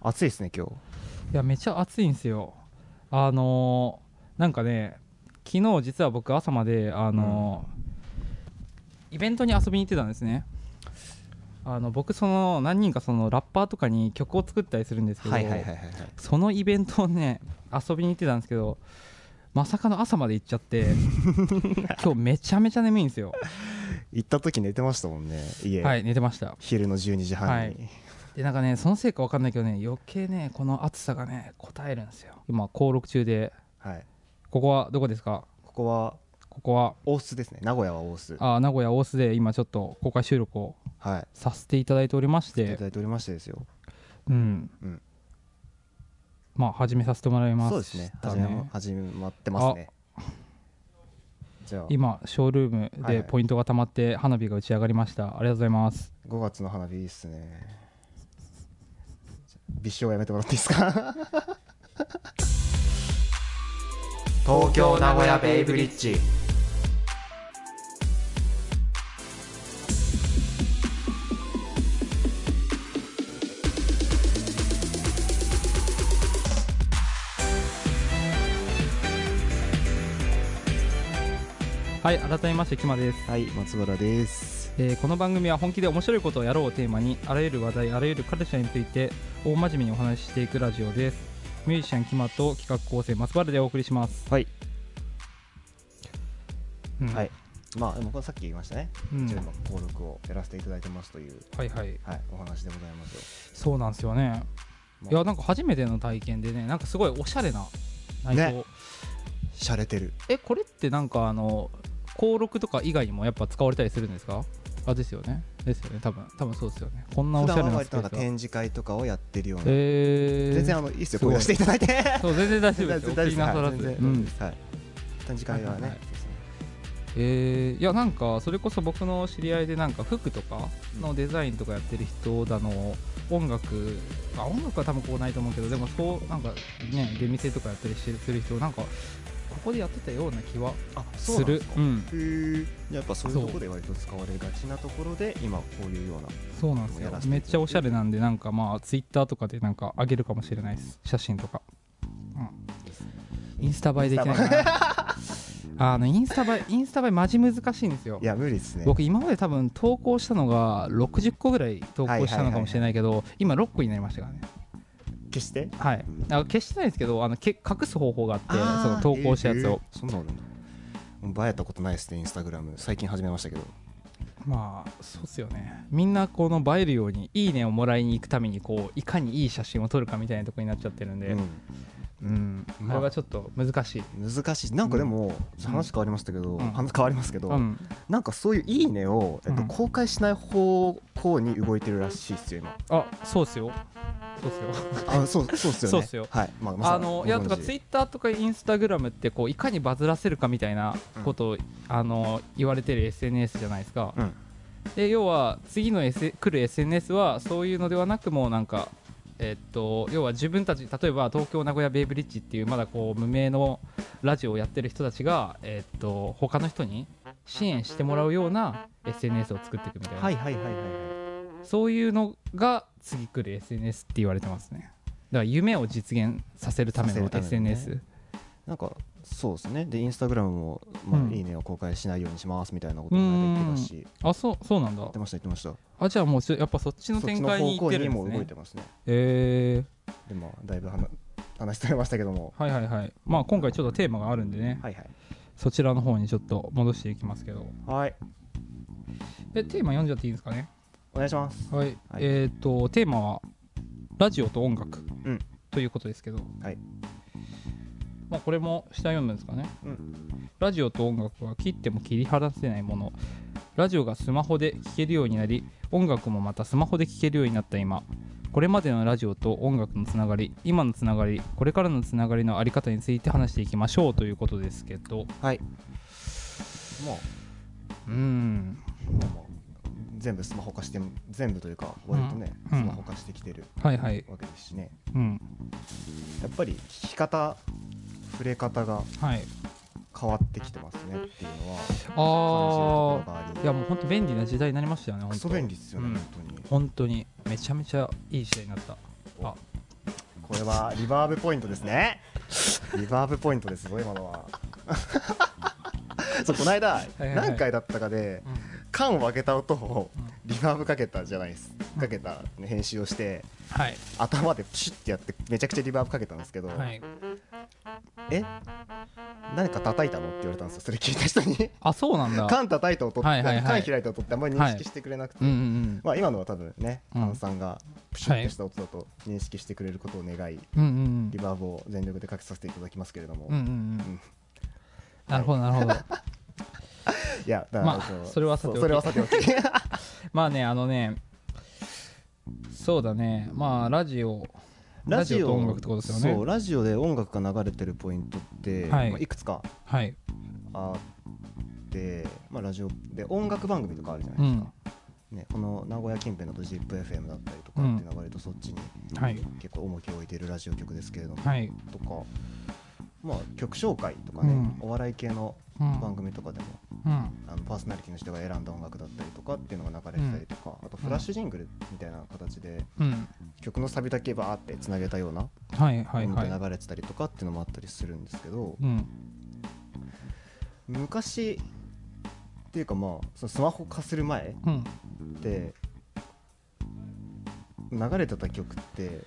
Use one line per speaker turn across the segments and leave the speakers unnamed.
暑いですね今日
いやめちゃ暑いんですよあのーなんかね昨日実は僕朝まであのーイベントに遊びに行ってたんですねあの僕その何人かそのラッパーとかに曲を作ったりするんですけど、
はいはいはいはいはい
そのイベントをね遊びに行ってたんですけどまさかの朝まで行っちゃって 今日めちゃめちゃ眠いんですよ
行った時寝てましたもんね家、
はい寝てました
昼の12時半に、
はいでなんかねそのせいかわかんないけどね余計ねこの暑さがね答えるんですよ今登録中で
はい
ここはどこですか
ここは
ここは
大須ですね名古屋は大須
あー名古屋大須で今ちょっと公開収録を
はい
させていただいておりまし
いた
て
だいておりましてですよ
うん、
うん
まあ始めさせてもらいます
そうですね
だ
始めも始まってますねじゃあ
今ショールーム
はいは
で
い
ポイントがたまって花火が打ち上がりました、ありがとうございます
5月の花火いいっすねビシをやめてもらっていいですか
東京名古屋ベイブリッジ
はい改めましてキマです
はい松原です
えーこの番組は本気で面白いことをやろうをテーマにあらゆる話題あらゆるカルチャーについて大真面目にお話ししていくラジオですミュージシャンキマと企画構成松原でお送りします、
はい、
うん
はいまあでもこれさっき言いましたね
うん
こちらの登録をやらせていただいてますという、
はいはい
はい、お話でございますよ
そうなんですよね
まあ
いやなんか初めての体験でねなんかすごいおしゃれな内装、
ね洒落てる
えこれってなんかあの登録とか以外にもやっぱ使われたりするんですかあですよねですよね多分多分そうですよねこんなお
普
しゃれ
段は
な
割
ス
と
ペ
なん
ー
か
スは
展示会とかをやってるような、
えー、
全然あのいいっすよ
すごい
声出していただいて
そう全然大丈夫ですよ
全然
お気
大
に
丈
なさ
夫
ら
で
ず
す
で
はい
うん
全然大丈夫ですはい展示会は
はいは
ね
いえーいやなんかそれこそ僕の知り合いでなんか服とかのデザインとかやってる人だの音楽あ音楽は多分こうないと思うけどでもそうなんかね出店とかやったりしてする人なんかここでやってたような気は
あそう
す
なんで
る
すか
うん
へーやっぱそういうところで割と使われがちなところで今こういうような
そうなんです
や
よ
らせていただいて
めっちゃおしゃれなんでなんかまあツイッターとかでなんか上げるかもしれないです写真とか、うん、インスタ映えできないかなあのインスタ映えインスタ映えマジ難しいんですよ
いや無理ですね
僕今まで多分投稿したのが60個ぐらい投稿したのかもしれないけど、今6個になりましたからね
決して
はいあ消してないんですけどあのけ隠す方法があってその投稿したやつを、、
えーそんなのあるんだもう映えたことないですねインスタグラム最近始めましたけど
まあそうっすよねみんなこの映えるようにいいねをもらいに行くためにこういかにいい写真を撮るかみたいなとこになっちゃってるんで、うん
まあ
あれはちょっと難しい、
うん難しいなんかでも、話変わりましたけど、
うん
話変わりますけど、
うん、
なんかそういう「いいねを」えっと
うん
公開しない方向に動いてるらしいっすよ今
あそうっすよそうっすよ
あそうそうっすよね
そうっすよ
はい、まあ、まさ
あのいやとかツイッターとかインスタグラムってこういかにバズらせるかみたいなことを、あの言われてる SNS じゃないですか、
うん
で要は次の、S、来る SNS はそういうのではなくもうなんかえっと要は自分たち例えば東京名古屋ベイブリッジっていうまだこう無名のラジオをやってる人たちがえっと他の人に支援してもらうような SNS を作っていくみたいな、
はいはいはいはいは
そういうのが次来る SNS って言われてますねだから夢を実現させるため
させ
の
るためのね
SNS、
いなんかそうですねでインスタグラムも、まあ
うん
いいね」を公開しないようにしますみたいなこともなんか言ってたし言
あそうそうなんだ
ってました言ってました
あじゃあもうちょやっぱそっちの
そっち
展
の
開
方
に行っ
向
てる
に
んです
も動
ね
いてますね
え
でもだいぶ話話してましたけども
ー、はいはいはいまあ今回ちょっとテーマがあるんでね、
はいはい
そちらの方にちょっと戻していきますけど
はい
えテーマ読んじゃっていいんですかね
お願いします
はい、
はい
えっ、とテーマは「ラジオと音楽」
ん
ということですけど
はい
まあこれも下読むんですかね、
う
ラジオと音楽は切っても切り離せないものラジオがスマホで聴けるようになり音楽もまたスマホで聴けるようになった今これまでのラジオと音楽のつながり今のつながりこれからのつながりのあり方について話していきましょうということですけど
はいもう
うん
もう全部スマホ化して全部というか割とね、
うん
スマホ化してきてる
はいはい
わけですしね
うん
やっぱり聞き方触れ方が
はい
変わってきてますねっていうのは感じると
あ
こ
あ
ろがあり
いやもう本当便利な時代になりましたよね
ク
本
ソ
当
便利ですよね、
うん
本当に
本当にめちゃめちゃいい時代になったあ
これはリバーブポイントですねリバーブポイントですぞ今のは そうこの間
はいはい
何回だったかで缶を開けた音をリバーブかけたじゃないですかけたね編集をして
はい
頭でプシュッてやってめちゃくちゃリバーブかけたんですけど、
はい
え誰か叩いたのって言われたんですよそれ聞いた人に
あそうなん だ
缶叩いた音って、
はいはいはい
缶開いた音ってあんまり認識してくれなくて、
うんうん
まあ、今のは多分ね
うん
炭酸がプシュッとした音だと認識してくれることを願い、
うんうんうん
リバーブを全力でかけさせていただきますけれども、
うんうんうんなるほどなるほど
いやだから、
まあ
う
それはさておき
うそれはさておき
まあねあのねそうだねまあラジオ ラジオと音楽ってことですよ
そう
ね
ラジオで音楽が流れてるポイントって、
はい
いまあ、いくつか
はい
あって、まあ、ラジオで音楽番組とかあるじゃな
う
いです
ん
か、ね、この名古屋近辺だと ZIPFM だったりとかっていうのは割とそっちに
はい
結構重きを置いているラジオ局ですけれども、
はい
とか、まあ、曲紹介とかね、
うん
お笑い系の
うん
番組とかでも、
うん
あのパーソナリティの人が選んだ音楽だったりとかっていうのが流れてたりとか、あとフラッシュジングルみたいな形で
うん
曲のサビだけバーってつなげたような
はいはい
音
はい
が流れてたりとかっていうのもあったりするんですけど、
うん
昔っていうかまあそのスマホ化する前
うん
って流れてた曲って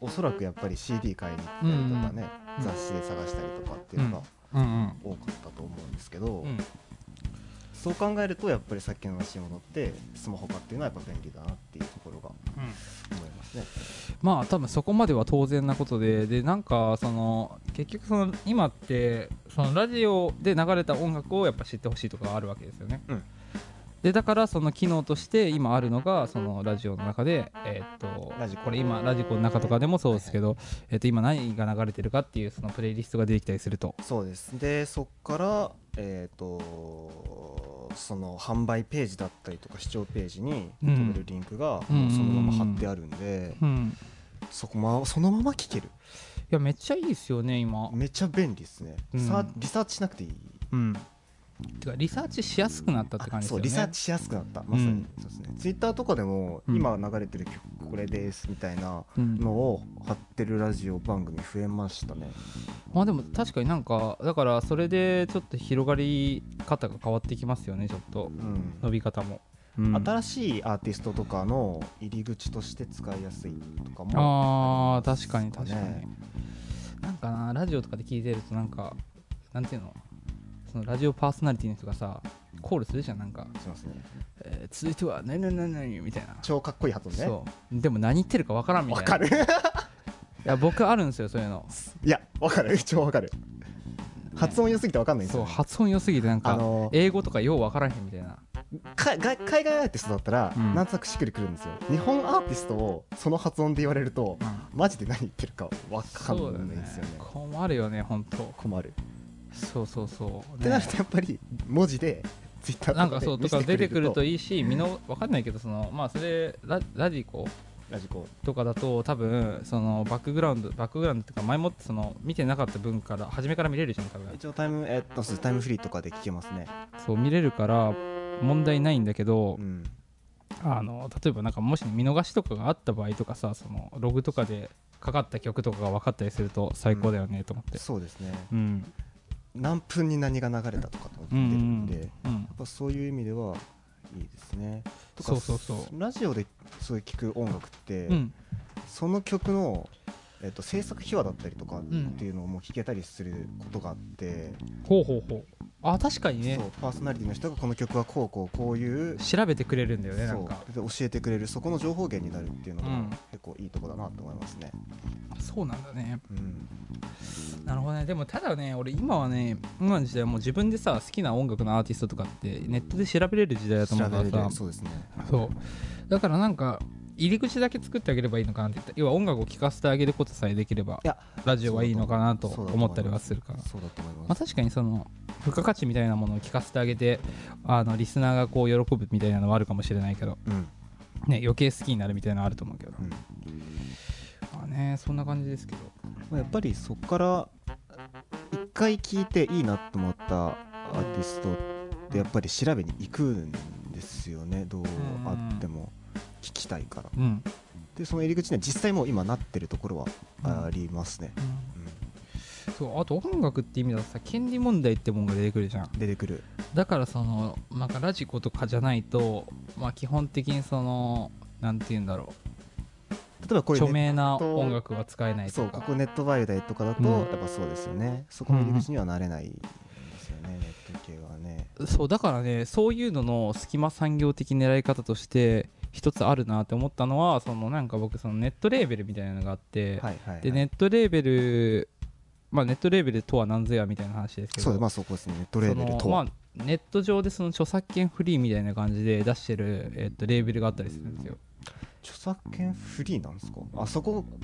おそらくやっぱり CD 買いに行ったりとかね、
うん
雑誌で探したりとかっていうのが
うん
多かったと思うんですけど、
うんうん
そう考えるとやっぱりさっきの話に戻ってスマホ化っていうのはやっぱ便利だなっていうところが
うん
思いますね。
まあ多分そこまでは当然なことででなんかその結局その今ってそのラジオで流れた音楽をやっぱ知ってほしいとかあるわけですよね、
うん
でだからその機能として今あるのがそのラジオの中でえーっと
ラジコ
これ今ラジコの中とかでもそうですけど、えーっと今何が流れてるかっていうそのプレイリストが出てきたりすると
そうですでそこから、えー、とその販売ページだったりとか視聴ページに
うん
飛べるリンクが
うん
もうそのまま貼ってあるんで、
うん
そこまそのまま聞ける
いやめっちゃいいですよね今
めっちゃ便利ですね、
うん
さリサーチしなくていい
うんてかリサーチしやすくなったって感
あ
じです
そ
よ
う
ね
リサーチしやすくなったまさに、
うん
そうですねツイッターとかでも、
うん
今流れてる曲これですみたいな
うん
のを貼ってるラジオ番組増えましたね
まあでも確かになんかだからそれでちょっと広がり方が変わってきますよねちょっと
うん
伸び方も、
新しいアーティストとかの入り口として使いやすいとかも
あー
あります
確か
か
に
ね
確かに、なんかなラジオとかで聞いてるとなんかなんていうのそのラジオパーソナリティの人がさコールするじゃんなんか、
しますね
えー続いては何々何々みたいな、
超かっこいい発音ね
そうでも何言ってるかわからんみた
わ
いな
か
い
る
や僕あるんですよそういうの
いやわかる 超わかる発音良すぎてわかんないんです
そう
よ
発音良すぎてなんか、
あの
英語とかようわからへんみたいな
かが海外アーティストだったら、
うん
なんとなくしっくりくるんですよ日本アーティストをその発音で言われると、
う
マジで何言ってるかわか
そうん
な
だ
い
よ
んで
ね
すよね
困るよね本当
困る、
そうそうそう
ってなるとやっぱり文字でツイッター
なんかそうとか出てくると
い
いいし、みのわかんないけどそのまあそれララジコ
ラジコ
とかだと多分そのバックグラウンドバックグラウンドっていうか前もってその見てなかった分から初めから見れるじゃん多分
一応タイムえっとそうですタイムフリーとかで聞けますね
そう見れるから問題ないんだけど
う、ん
あの例えばなんかもし見逃しとかがあった場合とかさそのログとかでかかった曲とかが分かったりすると最高だよねと思って、
そうですね
うん、
何分に何が流れたとかと
うんう
出るんで、
んうん
やっぱそういう意味ではいいですねとか
そうそうそう
ラジオでそういう聞く音楽って、
うん
その曲の、えっと、制作秘話だったりとかっ
ん
ていうのも聞けたりすることがあって、
ほうほうほうあ確かにね
そうパーソナリティの人がこの曲はこうこうこういう。
調べてくれるんだよねなんか
そうで教えてくれるそこの情報源になるっていうの
う
が
ん
結構いいとこだなと思いますね、
そうなんだね
うん
なるほどねでもただね俺今はね今の時代はもう自分でさ好きな音楽のアーティストとかってネットで調べれる時代だと思う
調
から
べれ
さ
るそうですね
そうだからなんか入り口だけ作ってあげればいいのかなって要は音楽を聴かせてあげることさえできれば
いや
ラジオはいいのかなと
そうだと
思ったりはするから
そうだと思います
まあ、確かにその付加価値みたいなものを聞かせてあげてあのリスナーがこう喜ぶみたいなのはあるかもしれないけど、
うん
ね、余計好きになるみたいなのはあると思うけど、
うん
まあねそんな感じですけど
まあやっぱりそこから一回聞いていいなと思ったアーティストってやっぱり調べに行くんですよねどうあっても聞きたいから
うん
でその入り口には実際もう今なってるところはありますね、
そうあと音楽って意味だとさ権利問題ってもんが出てくるじゃん
出てくる
だからそのなんかラジコとかじゃないと、まあ、基本的にそのなんて言うんだろ
例えばこ
う
れ
著
ね
名な音楽は使えない
そ
と
うこ
か
こネット売買とかだと
うん
やっぱそうですよね、そこの入り口にはなれないんですよね、ネット系はね
そうだからねそういうのの隙間産業的狙い方として一つあるなって思ったのはそのなんか僕そのネットレーベルみたいなのがあって、
はいはい、はい、
でネットレーベルまあネットレーベルとは何ぞやみたいな話ですけど
そうですまあそこですねネットレーベル
そ
と
の
は、
まあ、ネット上でその著作権フリーみたいな感じで出してる、えっとレーベルがあったりするんですよ
著作権フリーなんですかあそこ
ま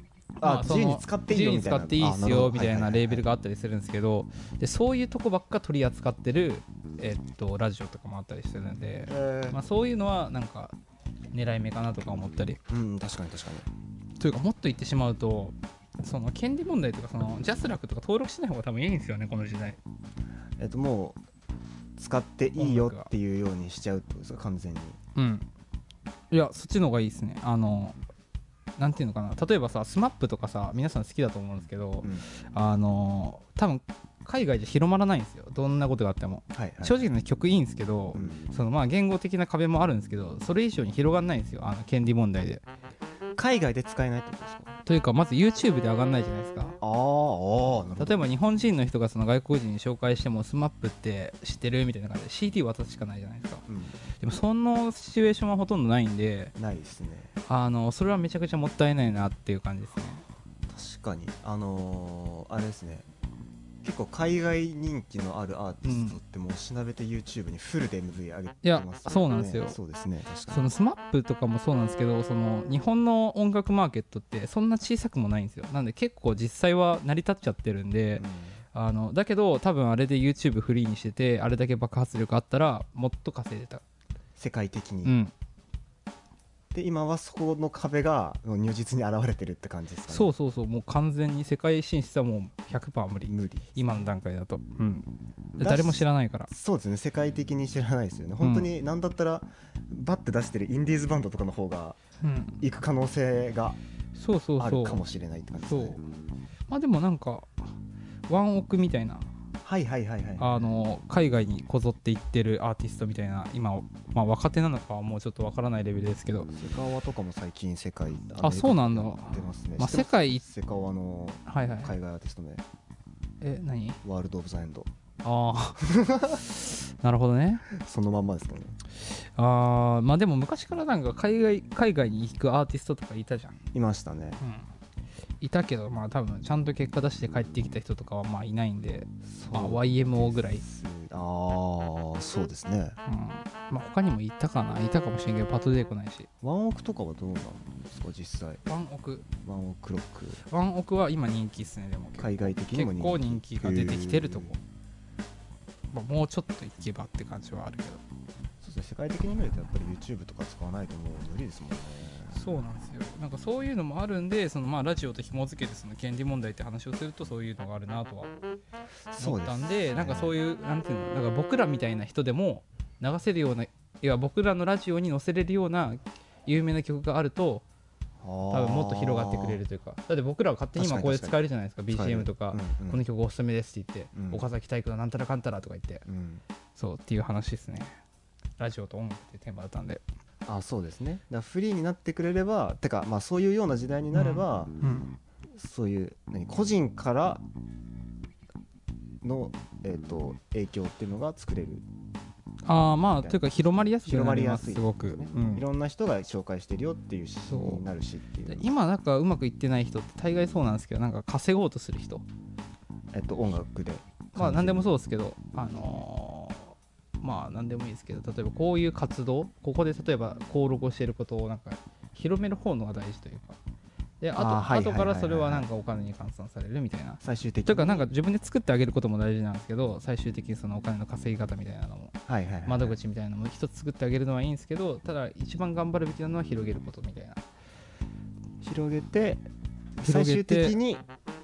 あ
あ
自由に使っていいよみたいな
自由に使っていいですよみたいなレーベル
が
があったりするんですけどでそういうとこばっか取り扱ってる、えっとラジオとかもあったりするんで、まあ、そういうのはなんか狙い目かなとか思ったり
うん確かに確かに
というかもっと言ってしまうとその権利問題とかそのジャスラックとか登録しない方が多分いいんですよねこの時代
えっともう使っていいよっていうようにしちゃうってことですか完全に
うんいやそっちの方がいいですねあのなんていうのかな例えばさ SMAP とかさ皆さん好きだと思うんですけど、
うん
あの多分海外じゃ広まらないんですよどんなことがあっても、
はいはい
正直ね曲いいんですけど、
うん
そのまあ言語的な壁もあるんですけどそれ以上に広がんないんですよあの権利問題で
海外で使えないってことですかあ
というかまず YouTube で上がんないじゃないですか
あーあーなるほど
例えば日本人の人がその外国人に紹介しても SMAP って知ってるみたいな感じで CD 渡すしかないじゃないですか
うん
でもそのシチュエーションはほとんどないんで
ないですね
あのそれはめちゃくちゃもったいないなっていう感じですね
確かにあのーあれですね結構海外人気のあるアーティストってもうしなべて YouTube にフルで MV 上げてますよね
いやそうなんですよ
そうですね確か
そ
に
の SMAP とかもそうなんですけどその日本の音楽マーケットってそんな小さくもないんですよなんで結構実際は成り立っちゃってるんで、あのだけど多分あれで YouTube フリーにしててあれだけ爆発力あったらもっと稼いでた、
世界的に、
うん、
で今はそこの壁がもう如実に現れてるって感じですかね
そうそうそうもう完全に世界進出はもう100%無理
無理
今の段階だと、うん、
だし
誰も知らないから
そうですね世界的に知らないですよね本当に何だったら、バッて出してるインディーズバンドとかの方が
うん
行く可能性が
そうそう
あ
そ
る
う
かもしれないって感じです
そ
ね
うまあでもなんかワンオクみたいな
はいはいはいはい
あの海外にこぞっていってるアーティストみたいな今、まあ、若手なのかはもうちょっとわからないレベルですけど、
セカオワとかも最近世界
あそうなんだ
出ますね、
まあ、
知って
世
す
界
セカオワの
はいはい
海外アーティスト名
え何
ワールド・オブ・ザ・エンド
ああ なるほどね
そのまんまですかね
あーまあでも昔からなんか海外海外に行くアーティストとかいたじゃん、
いましたね
いたけどまあ多分ちゃんと結果出して帰ってきた人とかはまあいないんで、まあ、
そう
YMO ぐらい、うん
あーそうですね
まあ、他にもいたかないたかもしれんけどパッと出てこないし
ワンオクとかはどうなんですか実際
ワンオク
ワンオクロック
ワンオクは今人気っすねでも
海外的にも
結構人気が出てきてるとこ、まあ、もうちょっといけばって感じはあるけど
そうですね世界的に見るとやっぱり YouTube とか使わないともう無理ですもんね
そうなんですよなんかそういうのもあるんでそのまあラジオと紐付けてその権利問題って話をするとそういうのがあるなとは思ったんでなんかそう
いう
いうなんていうのなんか僕らみたいな人でも流せるようないや僕らのラジオに載せれるような有名な曲があると
多
多分もっと広がってくれるというかだって僕らは勝手に今
確
こ
かに
れ使えるじゃないですか BGM とか、
うんうん
この曲おすすめですって言って、
うん
岡崎体育のなんたらかんたらとか言って
うん
そうっていう話ですねラジオと音楽っていうテーマだったんで、
あそうですねだからフリーになってくれればてかまあそういうような時代になれば、そういう何個人からの、えー、と影響っていうのが作れる、
ああまあというか広まりやすく
広
な
まり
りま
や
す
すい
すごく、
ね
うん
いろんな人が紹介してるよっていう指針
そう
になるしっていう
で今なんかうまくいってない人って大概そうなんですけどなんか稼ごうとする人
えっと、音楽で
まあ何でも
う
そうですけどあのーまあ何でもいいですけど例えばこういう活動ここで例えば登録をしていることをなんか広める方のが大事というかであと
あーはいはいはい
後
はい
からそれはなんかお金に換算されるみたいな
最終的に
というかなんか自分で作ってあげることも大事なんですけど最終的にそのお金の稼ぎ方みたいなのも
はいはいはい、
窓口みたいなのも一つ作ってあげるのはいいんですけどただ一番頑張るべきなのは広げることみたいな
広げて最
広げ
終
て
的に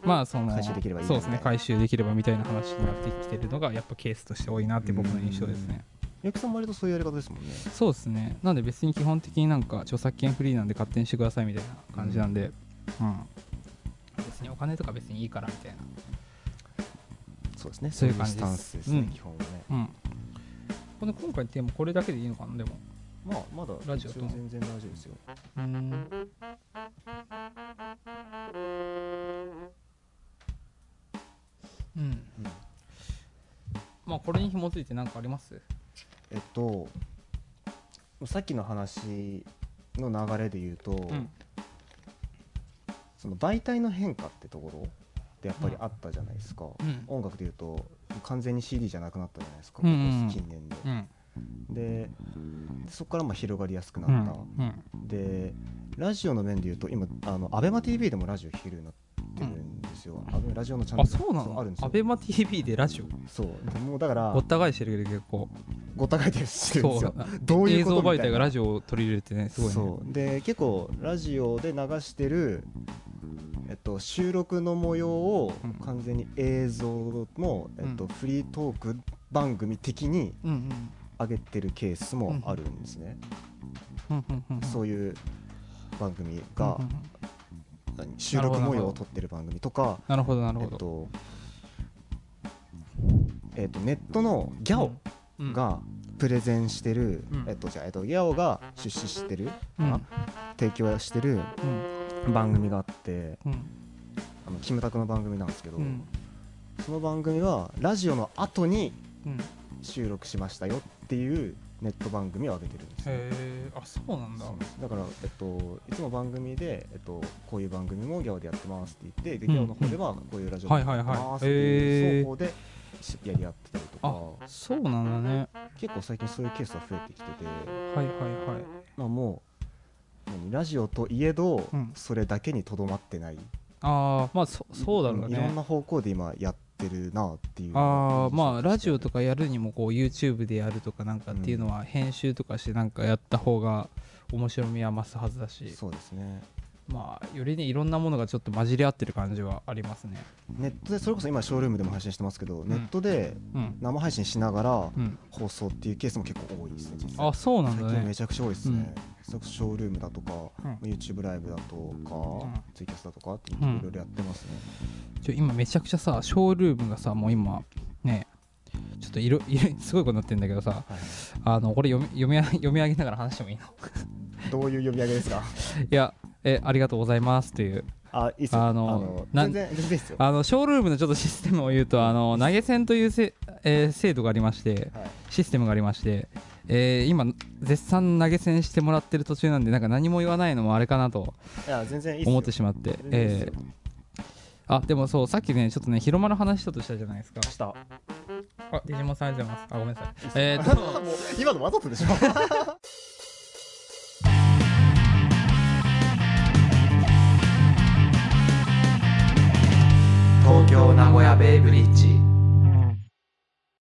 まあその
回収できればいい
そうですね
みたい
回収できればみたいな話になってきてるのがやっぱケースとして多いなって僕の印象ですね、
ゆきさんも割とそういうやり方ですもんね
そうですねなんで別に基本的になんか著作権フリーなんで勝手にしてくださいみたいな感じなんでうん、別にお金とか別にいいからみたいな
そうですね
そういう感じ
ス
です
タンスですね、
うん
基本はね
うんこの今回のテーマこれだけでいいのかなでも
まあまだ
ラジオと
一応全然大丈夫ですよ
うん
うん
まあこれに紐づいて何かあります
えっとさっきの話の流れで言うと、
うん
その媒体の変化ってところってやっぱりあったじゃないですか、
うん
音楽で言うと完全に CD じゃなくなったじゃないですか、
うんうんうん
ここ近年で、
うん
でそこからまあ広がりやすくな
う
った、
ん
でラジオの面で言うと今あの ABEMATV でもラジオ聴けるようになってるんですよ、あのラジオのチャンネ
あ
ル
そうな
あるん
の
です
ア
よ
ベマ t v でラジオ
そうもうだから
ごった返してるけど結構
ごった返ってしてるんです
そう
よどうい
映
うこ
像
とみたいな
媒体がラジオを取り入れるってねすごいね
そうで結構ラジオで流してる、えっと、収録の模様を
うん
完全に映像の、
うん
えっと、フリートーク番組的に
うんうん
上げてるケースもあるんですね、
うんうんうん
そういう番組が、何収録模様を撮ってる番組とか
なるほどなる
え
ほ
っ
ど
とえっと、ネットのギャオ
うん
がプレゼンしてる、
うん
えっとじゃあ、えっと、ギャオが出資してる、
うん
あ提供してる
うん
番組があって
うん
あのキムタクの番組なんですけど、
うん
その番組はラジオの後に
うんへ
収録しましたよっていうネット番組を上げてるんですよ
えあそうなんだ
そうだから、えっと、いつも番組で、えっと、こういう番組もギャオでやってますって言ってで
うん
ギャオの方ではこういうラジオでやってますって
はいはいはいへ
いう
え
双方でしやり合ってたりとか
あそうなんだね
結構最近そういうケースが増えてきてて、
はいはいはい
まあ、もう何ラジオといえど、
うん
それだけにとどまってない
ああまあそそうだろう
いろん
ね
な方向で今やってるなっていう
ああまあラジオと
か
かやるにもこう YouTube でやるとかなんかっていうのは編集とかしてなんかやった方が面白みは増すはずだし
そうですね
まあよりねいろんなものがちょっと混じり合ってる感じはありますね
ネットでそれこそ今ショールームでも配信してますけど、ネットで
うん
生配信しながら
うん
放送っていうケースも結構多いですね実際
あそうなんだ
最近
ね
めちゃくちゃ多いですね、それこそショールームだとか、
うん
YouTube ライブだとか、
ん
ツイキャスだとかってい
うん
ろいろやってますね、
ちょ今めちゃくちゃさショールームがさもう今ねちょっといろいろすごいことになってんだけどさ
はい
あのこれ読み読み読み上げながら話してもいいの
どういう呼び上げですか
いやえありがとうございますという
あいいっすよ
あのな
全然全然いいっすよ
あのショールームのちょっとシステムを言うとあの投げ銭というせ、えー制度がありまして
はい
システムがありまして、えー今絶賛投げ銭してもらってる途中なんでなんか何も言わないのもあれかなと
いや全然いいっすよ
思ってしまって
全然いいっす
え
よ
ーあでもそうさっきねちょっとね広間の話ちょっとしたじゃないですか
したも
あデジモンさんありがとうございますあごめんなさいえーっと
う 今のわざとでしょ
東京名古屋ベイブリッジ